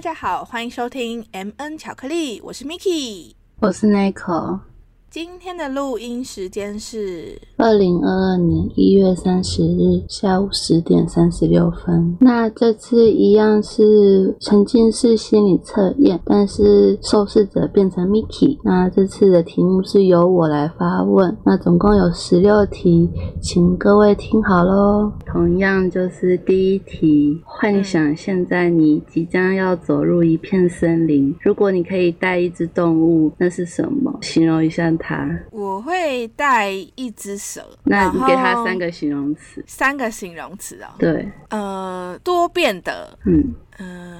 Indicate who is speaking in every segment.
Speaker 1: 家好，欢迎收听 M N 巧克力，我是 Miki。
Speaker 2: 我是 Nico。
Speaker 1: 今天的录音时间是
Speaker 2: 二零二二年一月三十日下午十点三十六分。那这次一样是沉浸式心理测验，但是受试者变成 Miki。那这次的题目是由我来发问。那总共有十六题，请各位听好喽。同样就是第一题，幻想现在你即将要走入一片森林，如果你可以带一只动物，那是什么？形容一下它。
Speaker 1: 我会带一只蛇，
Speaker 2: 那你给它
Speaker 1: 然后
Speaker 2: 三个形容词。
Speaker 1: 三个形容词哦，
Speaker 2: 对，
Speaker 1: 呃，多变的，
Speaker 2: 嗯，
Speaker 1: 呃，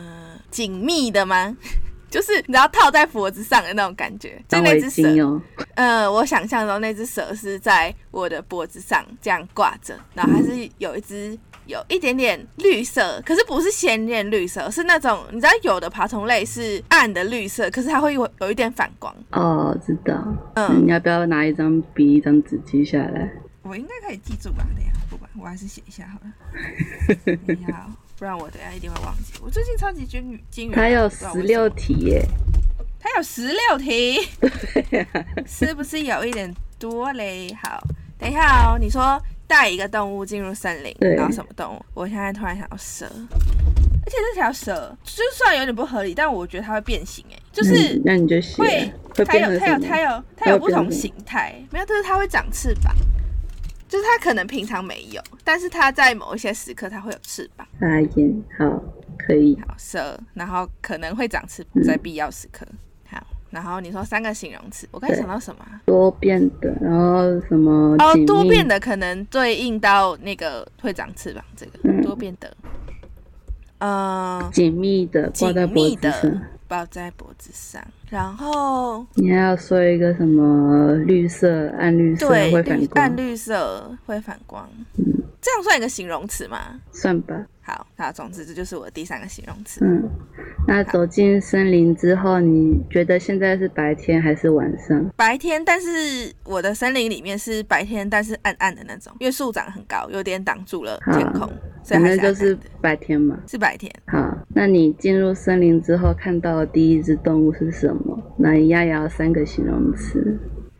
Speaker 1: 紧密的吗？ 就是你知道套在脖子上的那种感觉，就
Speaker 2: 当
Speaker 1: 那
Speaker 2: 围
Speaker 1: 只蛇
Speaker 2: 巾，哦。
Speaker 1: 呃，我想象中那只蛇是在我的脖子上这样挂着，然后它是有一只有一点点绿色，可是不是鲜艳绿色，是那种你知道有的爬虫类是暗的绿色，可是它会有有一点反光。
Speaker 2: 哦，知道。
Speaker 1: 嗯，
Speaker 2: 你要不要拿一张笔、一张纸记下来？
Speaker 1: 我应该可以记住吧？等一下不管，我还是写一下好了。等一下哦、不然我等一下一定会忘记。我最近超级金鱼金鱼，
Speaker 2: 它有
Speaker 1: 不知道为什
Speaker 2: 十
Speaker 1: 么
Speaker 2: 六，题耶。
Speaker 1: 它有十六 题，是不是有一点多嘞？好，等一下哦，你说带一个动物进入森林，
Speaker 2: 对
Speaker 1: 然后什么动物？我现在突然想到蛇，而且这条蛇就算有点不合理，但我觉得它会变形、欸，哎，就是
Speaker 2: 嗯那你就写
Speaker 1: 会
Speaker 2: 会
Speaker 1: 它
Speaker 2: 变
Speaker 1: 有
Speaker 2: 成
Speaker 1: 它
Speaker 2: 什
Speaker 1: 有
Speaker 2: 么？
Speaker 1: 它有它
Speaker 2: 它
Speaker 1: 有
Speaker 2: 会
Speaker 1: 不
Speaker 2: 变
Speaker 1: 同
Speaker 2: 成
Speaker 1: 形态，没有，就是它会长翅膀，就是它可能平常没有，但是它在某一些时刻它会有翅膀，
Speaker 2: 发言好，可以。
Speaker 1: 好蛇，然后可能会长翅
Speaker 2: 嗯
Speaker 1: 膀在必要时刻。好，然后你说三个形容词，我刚才
Speaker 2: 对
Speaker 1: 想到什么啊、
Speaker 2: 多变的，然后什么？
Speaker 1: 哦，多变
Speaker 2: 的。
Speaker 1: 的可能对应到那个会长翅膀这个、
Speaker 2: 嗯
Speaker 1: 多变的，呃，
Speaker 2: 紧密的挂
Speaker 1: 紧
Speaker 2: 在脖
Speaker 1: 密
Speaker 2: 子上
Speaker 1: 的，抱在脖子上，然后
Speaker 2: 你还要说一个什么绿色、暗绿色
Speaker 1: 对
Speaker 2: 会反
Speaker 1: 绿
Speaker 2: 光嗯
Speaker 1: 暗，绿色会反光，这样算一个形容词吗？
Speaker 2: 算吧。
Speaker 1: 好，那总之这就是我的第三个形容词。
Speaker 2: 嗯，那走进森林之后，你觉得现在是白天还是晚上？
Speaker 1: 白天，但是我的森林里面是白天，但是暗暗的那种，因为树长很高，有点挡住了天空，所以
Speaker 2: 反
Speaker 1: 还是
Speaker 2: 正啊就
Speaker 1: 暗
Speaker 2: 是
Speaker 1: 暗的
Speaker 2: 白天嘛。
Speaker 1: 是白天。
Speaker 2: 好，那你进入森林之后看到的第一只动物是什么？那一样也要三个形容词，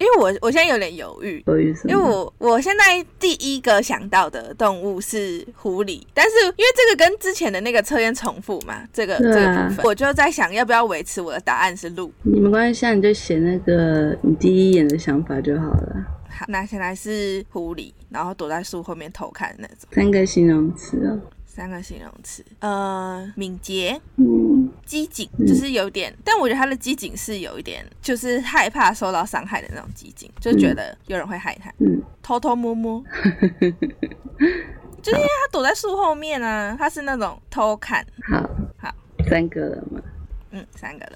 Speaker 1: 因为我我现在有点犹豫，
Speaker 2: 由于什
Speaker 1: 因为
Speaker 2: 么？
Speaker 1: 我我现在第一个想到的动物是狐狸，但是因为这个跟之前的那个测验重复嘛，这个、
Speaker 2: 对啊
Speaker 1: 这个部分，我就在想要不要维持我的答案是鹿。
Speaker 2: 你没关系啊，你就写那个你第一眼的想法就好了，
Speaker 1: 好，那现在是狐狸，然后躲在树后面偷看那种。
Speaker 2: 三个形容词哦。
Speaker 1: 三个形容词，呃，敏捷、
Speaker 2: 嗯，
Speaker 1: 机警，
Speaker 2: 嗯
Speaker 1: 就是有点，但我觉得他的机警是有一点，就是害怕受到伤害的那种机警，就觉得有人会害他，
Speaker 2: 嗯，
Speaker 1: 偷偷摸摸，就是因为他躲在树后面啊，他是那种偷看，
Speaker 2: 好，
Speaker 1: 好，
Speaker 2: 三个了嘛。
Speaker 1: 嗯，三个了，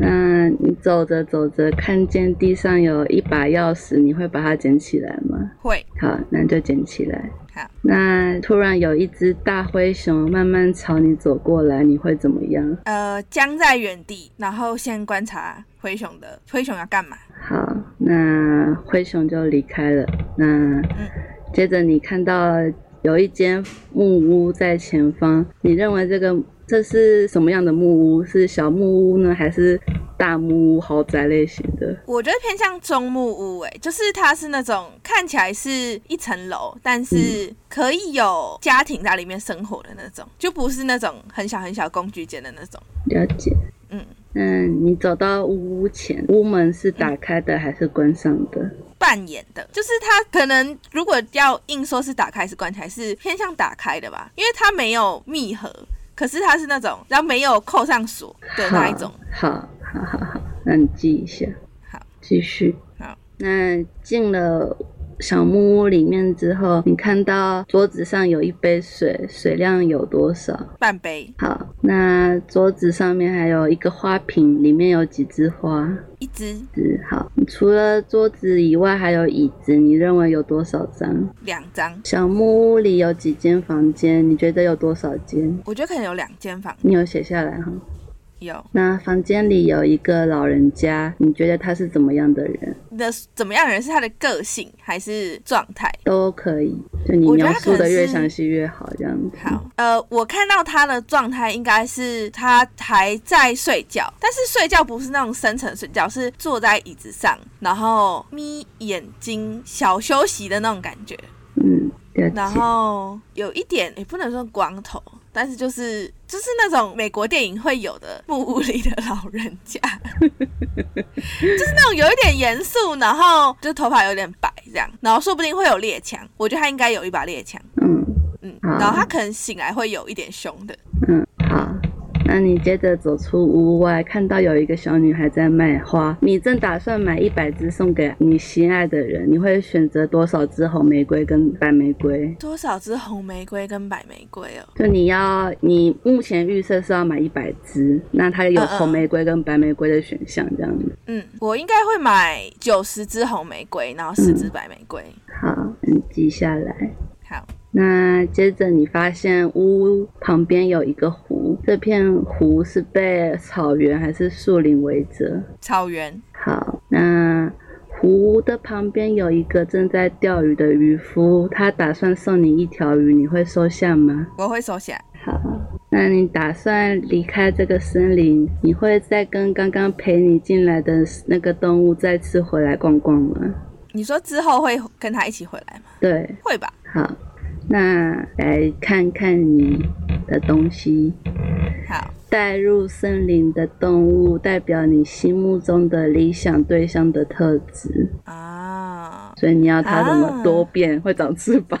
Speaker 2: 那你走着走着，看见地上有一把钥匙，你会把它捡起来吗？
Speaker 1: 会，
Speaker 2: 好，那就捡起来。
Speaker 1: 好，
Speaker 2: 那突然有一只大灰熊慢慢朝你走过来，你会怎么样？
Speaker 1: 呃，僵在原地，然后先观察灰熊的灰熊要干嘛，
Speaker 2: 好，那灰熊就离开了。那接着你看到有一间木屋在前方，你认为这个这是什么样的木屋？是小木屋呢，还是大木屋豪宅类型的？
Speaker 1: 我觉得偏向中木屋、欸，就是它是那种看起来是一层楼，但是可以有家庭在里面生活的那种，就不是那种很小很小工具间的那种。
Speaker 2: 了解。
Speaker 1: 嗯
Speaker 2: 嗯，你走到屋前，屋门是打开的还是关上的？
Speaker 1: 扮演的，就是它可能如果要硬说是打开还是关起来，是偏向打开的吧，因为它没有密合，可是它是那种然后没有扣上锁的那一种。
Speaker 2: 好，好，好，好，好，那你记一下。
Speaker 1: 好，
Speaker 2: 继续。
Speaker 1: 好，
Speaker 2: 那进了小木屋里面之后，你看到桌子上有一杯水，水量有多少？
Speaker 1: 半杯
Speaker 2: 好，那桌子上面还有一个花瓶，里面有几枝花？
Speaker 1: 一只、
Speaker 2: 嗯，好。除了桌子以外，还有椅子，你认为有多少张？
Speaker 1: 两张，
Speaker 2: 小木屋里有几间房间？你觉得有多少间？
Speaker 1: 我觉得可能有两间房。
Speaker 2: 你有写下来哈？
Speaker 1: 有
Speaker 2: 那房间里有一个老人家，你觉得他是怎么样的人？
Speaker 1: 你的怎么样的人是他的个性还是状态？
Speaker 2: 都可以，就你
Speaker 1: 我觉得他
Speaker 2: 描
Speaker 1: 可
Speaker 2: 述
Speaker 1: 能
Speaker 2: 的
Speaker 1: 是
Speaker 2: 越详细越好，这样子。
Speaker 1: 好，呃，我看到他的状态应该是他还在睡觉，但是睡觉不是那种深层睡觉，是坐在椅子上，然后眯眼睛小休息的那种感觉，
Speaker 2: 嗯，了
Speaker 1: 然
Speaker 2: 解。
Speaker 1: 后有一点也不能说光头，但是就是就是那种美国电影会有的木屋里的老人家， 就是那种有一点严肃，然后就头发有点白这样，然后说不定会有猎枪，我觉得他应该有一把猎枪。
Speaker 2: 嗯
Speaker 1: 嗯，
Speaker 2: 好
Speaker 1: 然后他可能醒来会有一点凶的，
Speaker 2: 嗯，好。那你接着走出屋外，看到有一个小女孩在卖花，你正打算买一百支送给你心爱的人，你会选择多少支红玫瑰跟白玫瑰？
Speaker 1: 多少支红玫瑰跟白玫瑰哦？
Speaker 2: 就你要，你目前预设是要买一百支，那它
Speaker 1: 嗯
Speaker 2: 有
Speaker 1: 嗯
Speaker 2: 红玫瑰跟白玫瑰的选项，这样子。
Speaker 1: 嗯，我应该会买九十支红玫瑰，然后十支白玫瑰。
Speaker 2: 好，你记下来。
Speaker 1: 好，
Speaker 2: 那接着你发现屋旁边有一个湖，这片湖是被草原还是树林围着？
Speaker 1: 草原，
Speaker 2: 好，那湖的旁边有一个正在钓鱼的渔夫，他打算送你一条鱼，你会收下吗？
Speaker 1: 我会收下。
Speaker 2: 好，那你打算离开这个森林，你会再跟刚刚陪你进来的那个动物再次回来逛逛吗？
Speaker 1: 你说之后会跟他一起回来吗？
Speaker 2: 对，
Speaker 1: 会吧。
Speaker 2: 好，那来看看你的东西。
Speaker 1: 好，
Speaker 2: 带入森林的动物代表你心目中的理想对象的特质，
Speaker 1: 啊，
Speaker 2: 所以你要它怎么
Speaker 1: 啊
Speaker 2: 多变、会长翅膀？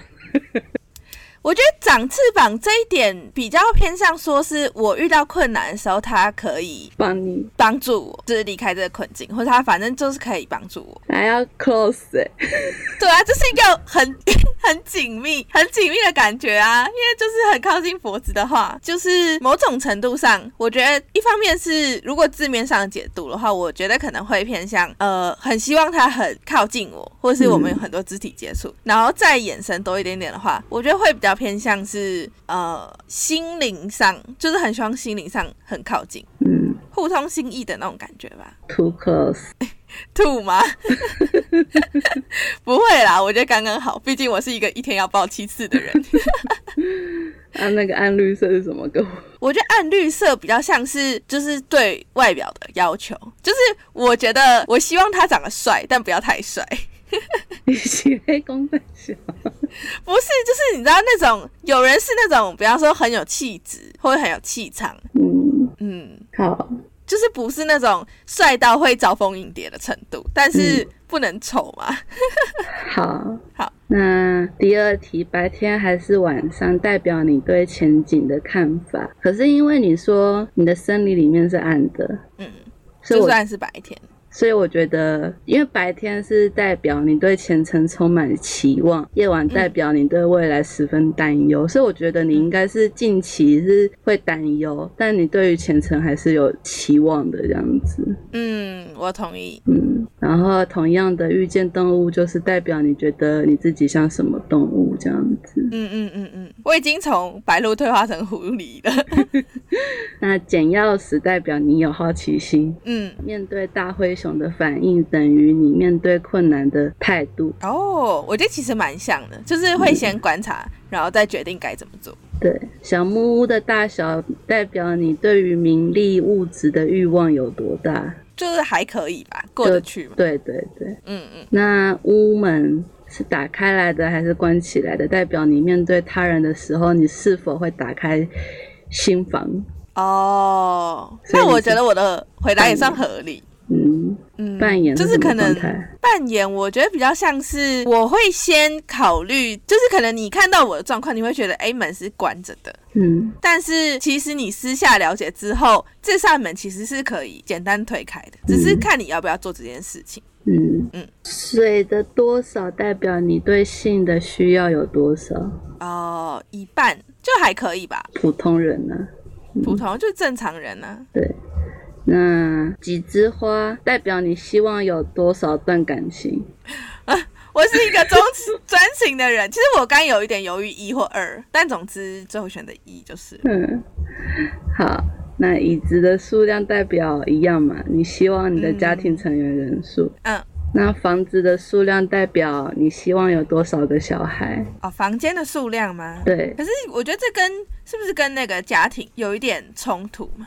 Speaker 1: 我觉得长翅膀这一点比较偏向说是我遇到困难的时候，他可以
Speaker 2: 帮你
Speaker 1: 帮助我，就是离开这个困境，或者他反正就是可以帮助我。
Speaker 2: 还要 close 欸
Speaker 1: 对啊，这是一个很 很紧密、很紧密的感觉啊，因为就是很靠近脖子的话，就是某种程度上，我觉得一方面是如果字面上的解读的话，我觉得可能会偏向呃，很希望他很靠近我，或是我们有很多肢体接触，然后再眼神多一点点的话，我觉得会比较偏向是呃心灵上，就是很希望心灵上很靠近，
Speaker 2: 嗯
Speaker 1: 互通心意的那种感觉吧。
Speaker 2: ，too close。
Speaker 1: 吐吗？ 不会啦，我觉得刚刚好，毕竟我是一个一天要抱七次的 人。
Speaker 2: 啊，那个暗绿色是什么歌？
Speaker 1: 我觉得暗绿色比较像是就是对外表的要求，就是我觉得我希望他长得帅，但不要太帅。
Speaker 2: 你洗黑公在笑。
Speaker 1: 不是，就是你知道那种有人是那种，比方说很有气质或者很有气场，
Speaker 2: 嗯，
Speaker 1: 嗯，
Speaker 2: 好，
Speaker 1: 就是不是那种帅到会招蜂引蝶的程度，但是
Speaker 2: 嗯
Speaker 1: 不能丑嘛。
Speaker 2: 好，
Speaker 1: 好。
Speaker 2: 那第二题，白天还是晚上，代表你对前景的看法。可是因为你说你的生理里面是暗的，
Speaker 1: 嗯，
Speaker 2: 所以
Speaker 1: 就
Speaker 2: 我
Speaker 1: 算是白天，
Speaker 2: 所以我觉得，因为白天是代表你对前程充满期望，夜晚代表你对未来十分担忧，所以我觉得你应该是近期是会担忧，但你对于前程还是有期望的这样子。
Speaker 1: 嗯，我同意。
Speaker 2: 嗯，然后同样的遇见动物，就是代表你觉得你自己像什么动物这样子。
Speaker 1: 嗯嗯嗯嗯，我已经从白鹭退化成狐狸了。
Speaker 2: 那捡钥匙代表你有好奇心。
Speaker 1: 嗯，
Speaker 2: 面对大灰熊的反应等于你面对困难的态度，
Speaker 1: 哦，我觉得其实蛮像的，就是会先观察，然后再决定该怎么做。
Speaker 2: 对，小木屋的大小代表你对于名利物质的欲望有多大。
Speaker 1: 就是还可以吧，过得去嘛。
Speaker 2: 对对对，
Speaker 1: 嗯嗯，
Speaker 2: 那屋门是打开来的还是关起来的，代表你面对他人的时候，你是否会打开心房？
Speaker 1: 哦，
Speaker 2: 所以
Speaker 1: 那
Speaker 2: 你
Speaker 1: 我
Speaker 2: 是
Speaker 1: 觉得我的回答也算合理。
Speaker 2: 嗯，
Speaker 1: 嗯，
Speaker 2: 扮演
Speaker 1: 就是是
Speaker 2: 什么
Speaker 1: 可
Speaker 2: 状
Speaker 1: 能
Speaker 2: 态？
Speaker 1: 扮演，我觉得比较像是我会先考虑，就是可能你看到我的状况，你会觉得哎门是关着的，
Speaker 2: 嗯
Speaker 1: 但是其实你私下了解之后，这扇门其实是可以简单推开的，只是
Speaker 2: 嗯
Speaker 1: 看你要不要做这件事情。
Speaker 2: 嗯
Speaker 1: 嗯
Speaker 2: 水的多少代表你对性的需要有多少？
Speaker 1: 哦，一半就还可以吧，
Speaker 2: 普通人呢、
Speaker 1: 普通就正常人啊呢、
Speaker 2: 对，那几枝花代表你希望有多少段感情？
Speaker 1: 我是一个忠专情的人，其实我刚有一点犹豫一或二，但总之最后选的一就是。
Speaker 2: 嗯，好，那椅子的数量代表一样嘛？你希望你的家庭成员人数。
Speaker 1: 嗯。
Speaker 2: 那房子的数量代表你希望有多少个小孩？
Speaker 1: 哦，房间的数量吗？
Speaker 2: 对，
Speaker 1: 可是我觉得这跟是不是跟那个家庭有一点冲突嘛？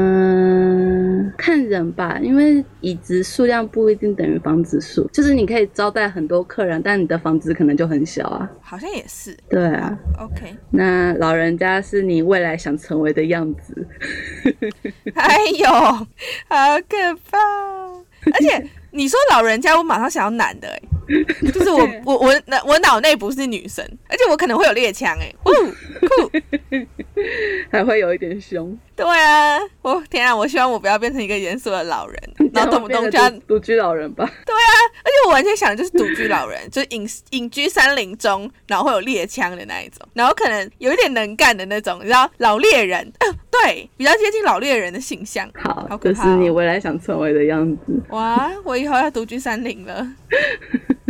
Speaker 2: 嗯，看人吧，因为椅子数量不一定等于房子数，就是你可以招待很多客人，但你的房子可能就很小啊。
Speaker 1: 好像也是。
Speaker 2: 对啊，
Speaker 1: OK，
Speaker 2: 那老人家是你未来想成为的样子。
Speaker 1: 哎呦，好可怕哦！而且你说老人家，我马上想要男 的、欸，就是我
Speaker 2: 对
Speaker 1: 我我脑我脑内不是女生，而且我可能会有猎枪、欸， 哎，哦，酷，
Speaker 2: 还会有一点凶，
Speaker 1: 对啊，我天啊，我希望我不要变成一个严肃的老 人，然后动不动就要
Speaker 2: 然后变得独独居老人吧？
Speaker 1: 而且我完全想的就是独居老人， 就是隐隐居山林中，然后会有猎枪的那一种，然后可能有一点能干的那种，你知道老猎人、呃，对，比较接近老猎人的形象。
Speaker 2: 好，
Speaker 1: 好可
Speaker 2: 就
Speaker 1: 怕
Speaker 2: 是你
Speaker 1: 哦
Speaker 2: 未来想成为的样子。
Speaker 1: 哇，我以后要独居山林了。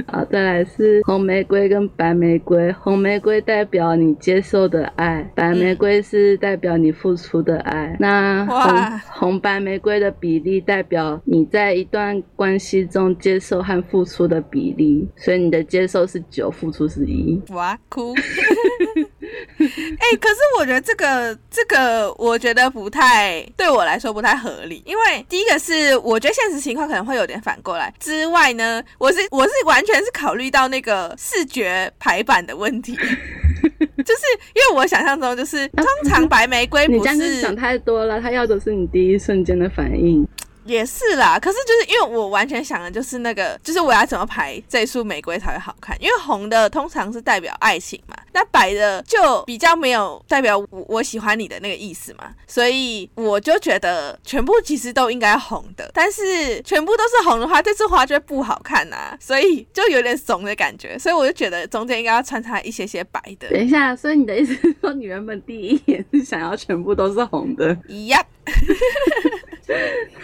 Speaker 2: 好，再来是红玫瑰跟白玫瑰。红玫瑰代表你接受的爱，白玫瑰是代表你付出的爱。那
Speaker 1: 嗯哇
Speaker 2: 红红白玫瑰的比例代表你在一段关系中接受和付出的比例，所以你的接受是九，付出是一。
Speaker 1: 哇，哭！ 哎、可是我觉得这个这个，我觉得不太对我来说不太合理，因为第一个是我觉得现实情况可能会有点反过来，之外呢，我是我是完全是考虑到那个视觉排版的问 题。就是因为我想象中，就是通常白玫瑰
Speaker 2: 你
Speaker 1: 不
Speaker 2: 这样就是
Speaker 1: 是
Speaker 2: 想太多了，他要的是你第一瞬间的反应。
Speaker 1: 也是啦，可是就是因为我完全想的就是那个，就是我要怎么排这一束玫瑰才会好看，因为红的通常是代表爱情嘛，那白的就比较没有代表我我喜欢你的那个意思嘛，所以我就觉得全部其实都应该红的，但是全部都是红的话，这束花就会不好看呐、所以就有点怂的感觉，所以我就觉得中间应该要穿插一些些白的。
Speaker 2: 等一下，所以你的意思是说，你原本第一眼是想要全部都是红的？
Speaker 1: 一样，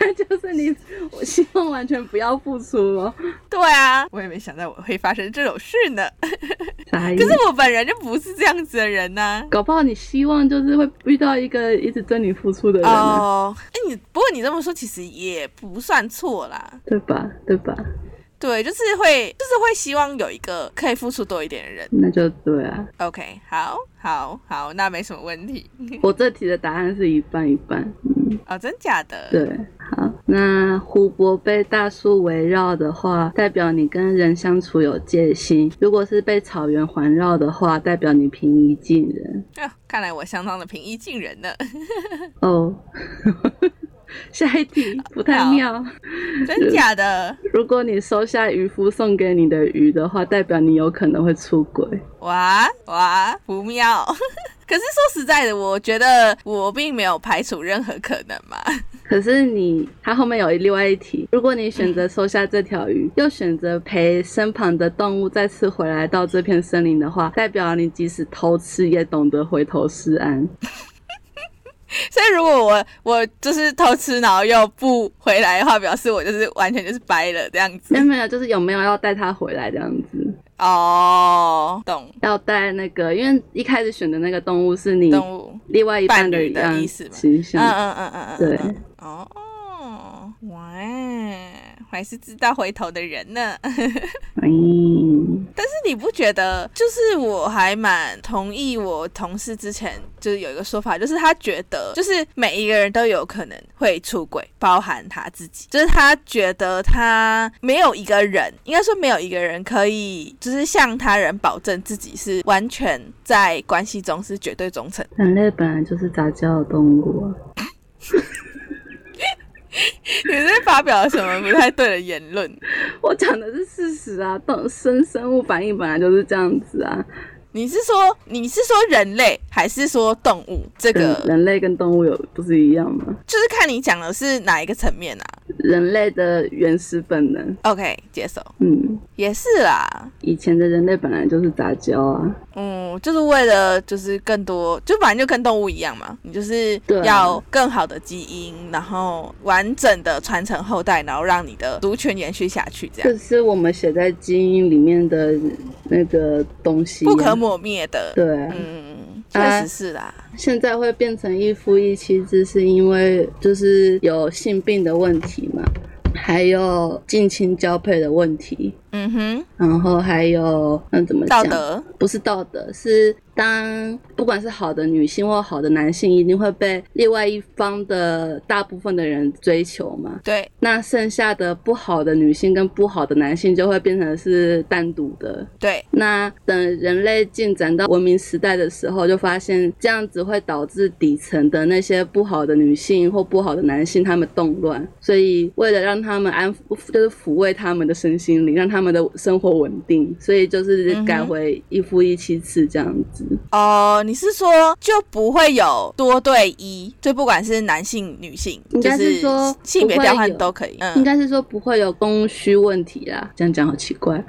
Speaker 2: 那 就是你，我希望完全不要付出哦。
Speaker 1: 对啊，我也没想到我会发生这种事呢。
Speaker 2: 啥意
Speaker 1: 可
Speaker 2: 思
Speaker 1: 是？我本人就不是这样子的人啊呐、
Speaker 2: 搞不好你希望就是会遇到一个一直对你付出的人、啊
Speaker 1: 哦，哎、你不过你这么说其实也不算错啦。
Speaker 2: 对吧？对吧？
Speaker 1: 对，就是会，就是会希望有一个可以付出多一点的人。
Speaker 2: 那就对 啊。
Speaker 1: OK，好，好，好，那没什么问题。
Speaker 2: 我这题的答案是一半一半。嗯，
Speaker 1: 哦，真假的？
Speaker 2: 对。好，那湖泊被大树围绕的话，代表你跟人相处有戒心；如果是被草原环绕的话，代表你平易近人。
Speaker 1: 啊看来我相当的平易近人 呢，
Speaker 2: 哦， 下一题不太妙。
Speaker 1: 真假的？
Speaker 2: 如果你收下渔夫送给你的鱼的话，代表你有可能会出轨。
Speaker 1: 哇哇，不妙！ 可是说实在的，我觉得我并没有排除任何可能嘛。
Speaker 2: 可是你，它后面有另外一题，如果你选择收下这条鱼，又选择陪身旁的动物再次回来到这片森林的话，代表你即使偷吃也懂得回头 是岸。
Speaker 1: 所以如果我我就是偷吃，然后又不回来的话，表示我就是完全就是掰了这样子
Speaker 2: 没。有没有，就是有没有要带它回来这样子？
Speaker 1: 哦，懂
Speaker 2: 要带那个，因为一开始选的那个动物是你
Speaker 1: 动物。
Speaker 2: 另外一半的
Speaker 1: 伴侣的意思吧
Speaker 2: 形
Speaker 1: 嗯
Speaker 2: 象。
Speaker 1: 嗯嗯嗯嗯，
Speaker 2: 对
Speaker 1: 嗯。哦，哇，我还是知道回头的人呢。
Speaker 2: 嗯，
Speaker 1: 但是你不觉得，就是我还蛮同意我同事之前就是有一个说法，就是他觉得，就是每一个人都有可能会出轨，包含他自己。就是他觉得他没有一个人，应该说没有一个人可以，就是向他人保证自己是完全在关系中是绝对忠诚。
Speaker 2: 人类本来就是杂交的动物、啊。
Speaker 1: 你是发表了什么不太对的言论？
Speaker 2: 我讲的是事实啊，动生生物反应本来就是这样子啊，
Speaker 1: 你是说你是说人类还是说动物？这
Speaker 2: 跟
Speaker 1: 个
Speaker 2: 人类跟动物有不是一样吗？
Speaker 1: 就是看你讲的是哪一个层面啊
Speaker 2: 人类的原始本能，
Speaker 1: ？OK，接受
Speaker 2: 嗯，
Speaker 1: 也是啦。
Speaker 2: 以前的人类本来就是杂交啊，
Speaker 1: 嗯，就是为了就是更多，就反正就跟动物一样嘛，你就是
Speaker 2: 对啊
Speaker 1: 要更好的基因，然后完整的传承后代，然后让你的族群延续下去，这样
Speaker 2: 这是我们写在基因里面的那个东西、啊
Speaker 1: 不可。磨灭的。
Speaker 2: 对啊、
Speaker 1: 嗯，确
Speaker 2: 啊
Speaker 1: 实是啦。
Speaker 2: 现在会变成一夫一妻制，是因为就是有性病的问题嘛，还有近亲交配的问题，
Speaker 1: 嗯哼，
Speaker 2: 然后还有那怎么
Speaker 1: 道
Speaker 2: 讲？
Speaker 1: 德
Speaker 2: 不是道德，是当不管是好的女性或好的男性，一定会被另外一方的大部分的人追求嘛。
Speaker 1: 对，
Speaker 2: 那剩下的不好的女性跟不好的男性就会变成是单独的，
Speaker 1: 对，
Speaker 2: 那等人类进展到文明时代的时候，就发现这样子会导致底层的那些不好的女性或不好的男性他们动乱，所以为了让他们安抚，就是抚慰他们的身心灵，让他们的生活稳定，所以就是
Speaker 1: 嗯哼
Speaker 2: 改回一夫一妻制这样子。
Speaker 1: 哦，你是说就不会有多对一，就不管是男性、女性，
Speaker 2: 应该
Speaker 1: 就是
Speaker 2: 说
Speaker 1: 性别
Speaker 2: 不会
Speaker 1: 调换
Speaker 2: 有
Speaker 1: 都可以。嗯，
Speaker 2: 应该是说不会有供需问题啦，这样讲好奇怪。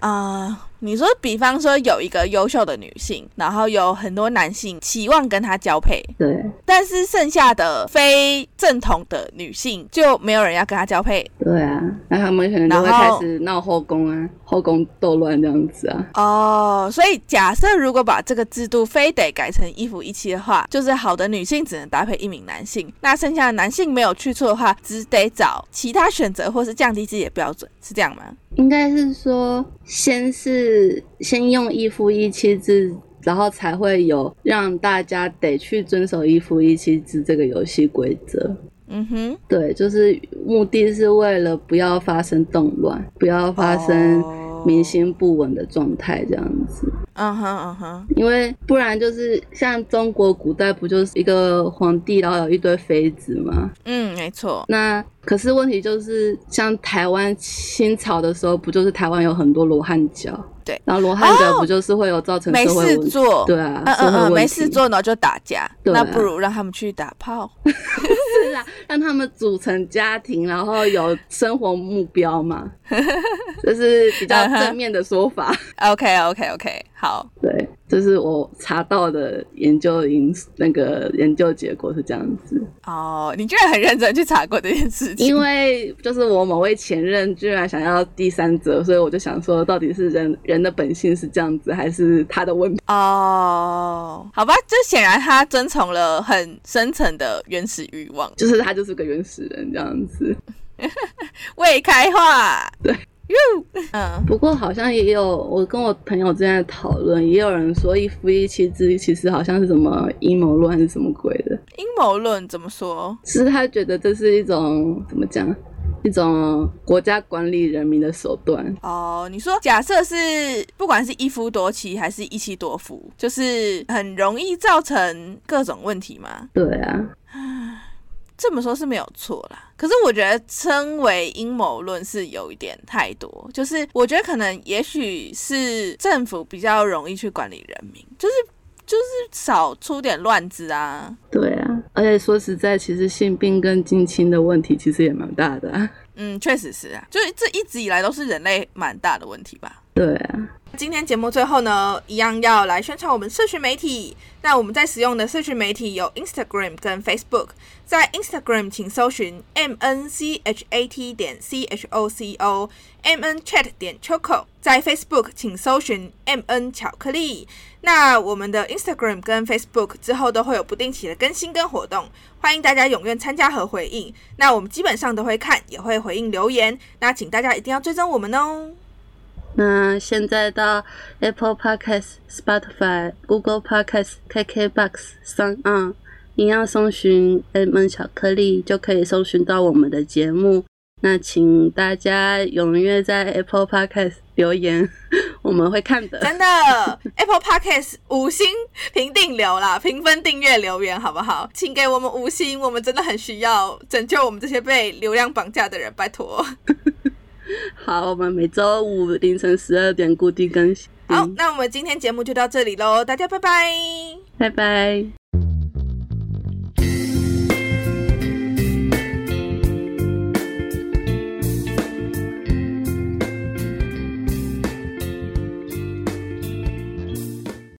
Speaker 1: 啊、你说，比方说有一个优秀的女性，然后有很多男性期望跟她交配，
Speaker 2: 对啊
Speaker 1: 但是剩下的非正统的女性就没有人要跟她交配
Speaker 2: 对啊，那他们可能就会
Speaker 1: 然
Speaker 2: 开
Speaker 1: 后
Speaker 2: 始闹后宫啊，后宫斗乱这样子啊。
Speaker 1: 哦。所以假设如果把这个制度非得改成一夫一妻的话，就是好的女性只能搭配一名男性，那剩下的男性没有去处的话，只得找其他选择或是降低自己的标准，是这样吗？
Speaker 2: 应该是说，先是先用一夫一妻制，然后才会有让大家得去遵守一夫一妻制这个游戏规则。
Speaker 1: 嗯哼，
Speaker 2: 对，就是目的是为了不要发生动乱，不要发生
Speaker 1: 哦
Speaker 2: 民心不稳的状态，这样子。
Speaker 1: 嗯哼嗯哼，
Speaker 2: 因为不然就是像中国古代不就是一个皇帝，然后有一堆妃子吗？
Speaker 1: 嗯，没错，
Speaker 2: 那可是问题就是，像台湾清朝的时候，不就是台湾有很多罗汉脚？
Speaker 1: 对
Speaker 2: 然后罗汉脚
Speaker 1: 哦
Speaker 2: 不就是会有造成
Speaker 1: 没
Speaker 2: 社会
Speaker 1: 事
Speaker 2: 问题？
Speaker 1: 做，
Speaker 2: 对啊，
Speaker 1: 嗯
Speaker 2: 社
Speaker 1: 嗯
Speaker 2: 会问
Speaker 1: 嗯，
Speaker 2: 题
Speaker 1: 没事做呢就打架，
Speaker 2: 对啊
Speaker 1: 那不如让他们去打炮。
Speaker 2: 是啊，让他们组成家庭，然后有生活目 标嘛，就是比较正面的说法。
Speaker 1: OK OK OK，好，
Speaker 2: 对，这是我查到的研究因那个研究结果是这样子。
Speaker 1: 哦，你居然很认真去查过这件事情，
Speaker 2: 因为就是我某位前任居然想要第三者，所以我就想说，到底是人人的本性是这样子，还是他的问题？
Speaker 1: 哦，好吧，这显然他遵从了很深层的原始欲望，
Speaker 2: 就是他就是个原始人这样子。
Speaker 1: 未开化。
Speaker 2: 对
Speaker 1: 哟，嗯，
Speaker 2: 不过好像也有我跟我朋友之间的讨论，也有人说一夫一妻制其实好像是什么阴谋论还是什么鬼的，
Speaker 1: 阴谋论怎么说？
Speaker 2: 是他觉得这是一种怎么讲，一种国家管理人民的手段。
Speaker 1: 哦，你说假设是不管是一夫多妻还是一妻多夫，就是很容易造成各种问题吗？
Speaker 2: 对啊，
Speaker 1: 这么说是没有错啦，可是我觉得称为阴谋论是有一点太多，就是我觉得可能也许是政府比较容易去管理人民，就是就是少出点乱子啊。
Speaker 2: 对啊，而且说实在，其实性病跟近亲的问题其实也蛮大的、啊。
Speaker 1: 嗯，确实是啊，就是这一直以来都是人类蛮大的问题吧。
Speaker 2: 对啊。
Speaker 1: 今天节目最后呢，一样要来宣传我们社群媒体。那我们在使用的社群媒体有 Instagram 跟 Facebook，在 Instagram 请搜寻 m n c h a t 点 c h o c o m n chat 点 choco，在 Facebook 请搜寻 m n 巧克力。那我们的 Instagram 跟 Facebook 之后都会有不定期的更新跟活动，欢迎大家踊跃参加和回应。那我们基本上都会看，也会回应留言。那请大家一定要追踪我们哦。
Speaker 2: 那现在到 Apple Podcast、Spotify、Google Podcast、KKBox 上岸，一样搜寻 M N 巧克力，就可以搜寻到我们的节目。那请大家踊跃在 Apple Podcast 留言， 我们会看的。
Speaker 1: 真的，Apple Podcast 五星评定留啦，评分、订阅、留言，好不好？请给我们五星，我们真的很需要拯救我们这些被流量绑架的人，拜托。
Speaker 2: 好，我们每周五凌晨十二点固定更新。嗯
Speaker 1: 好，那我们今天节目就到这里喽，大家拜拜。
Speaker 2: 拜拜。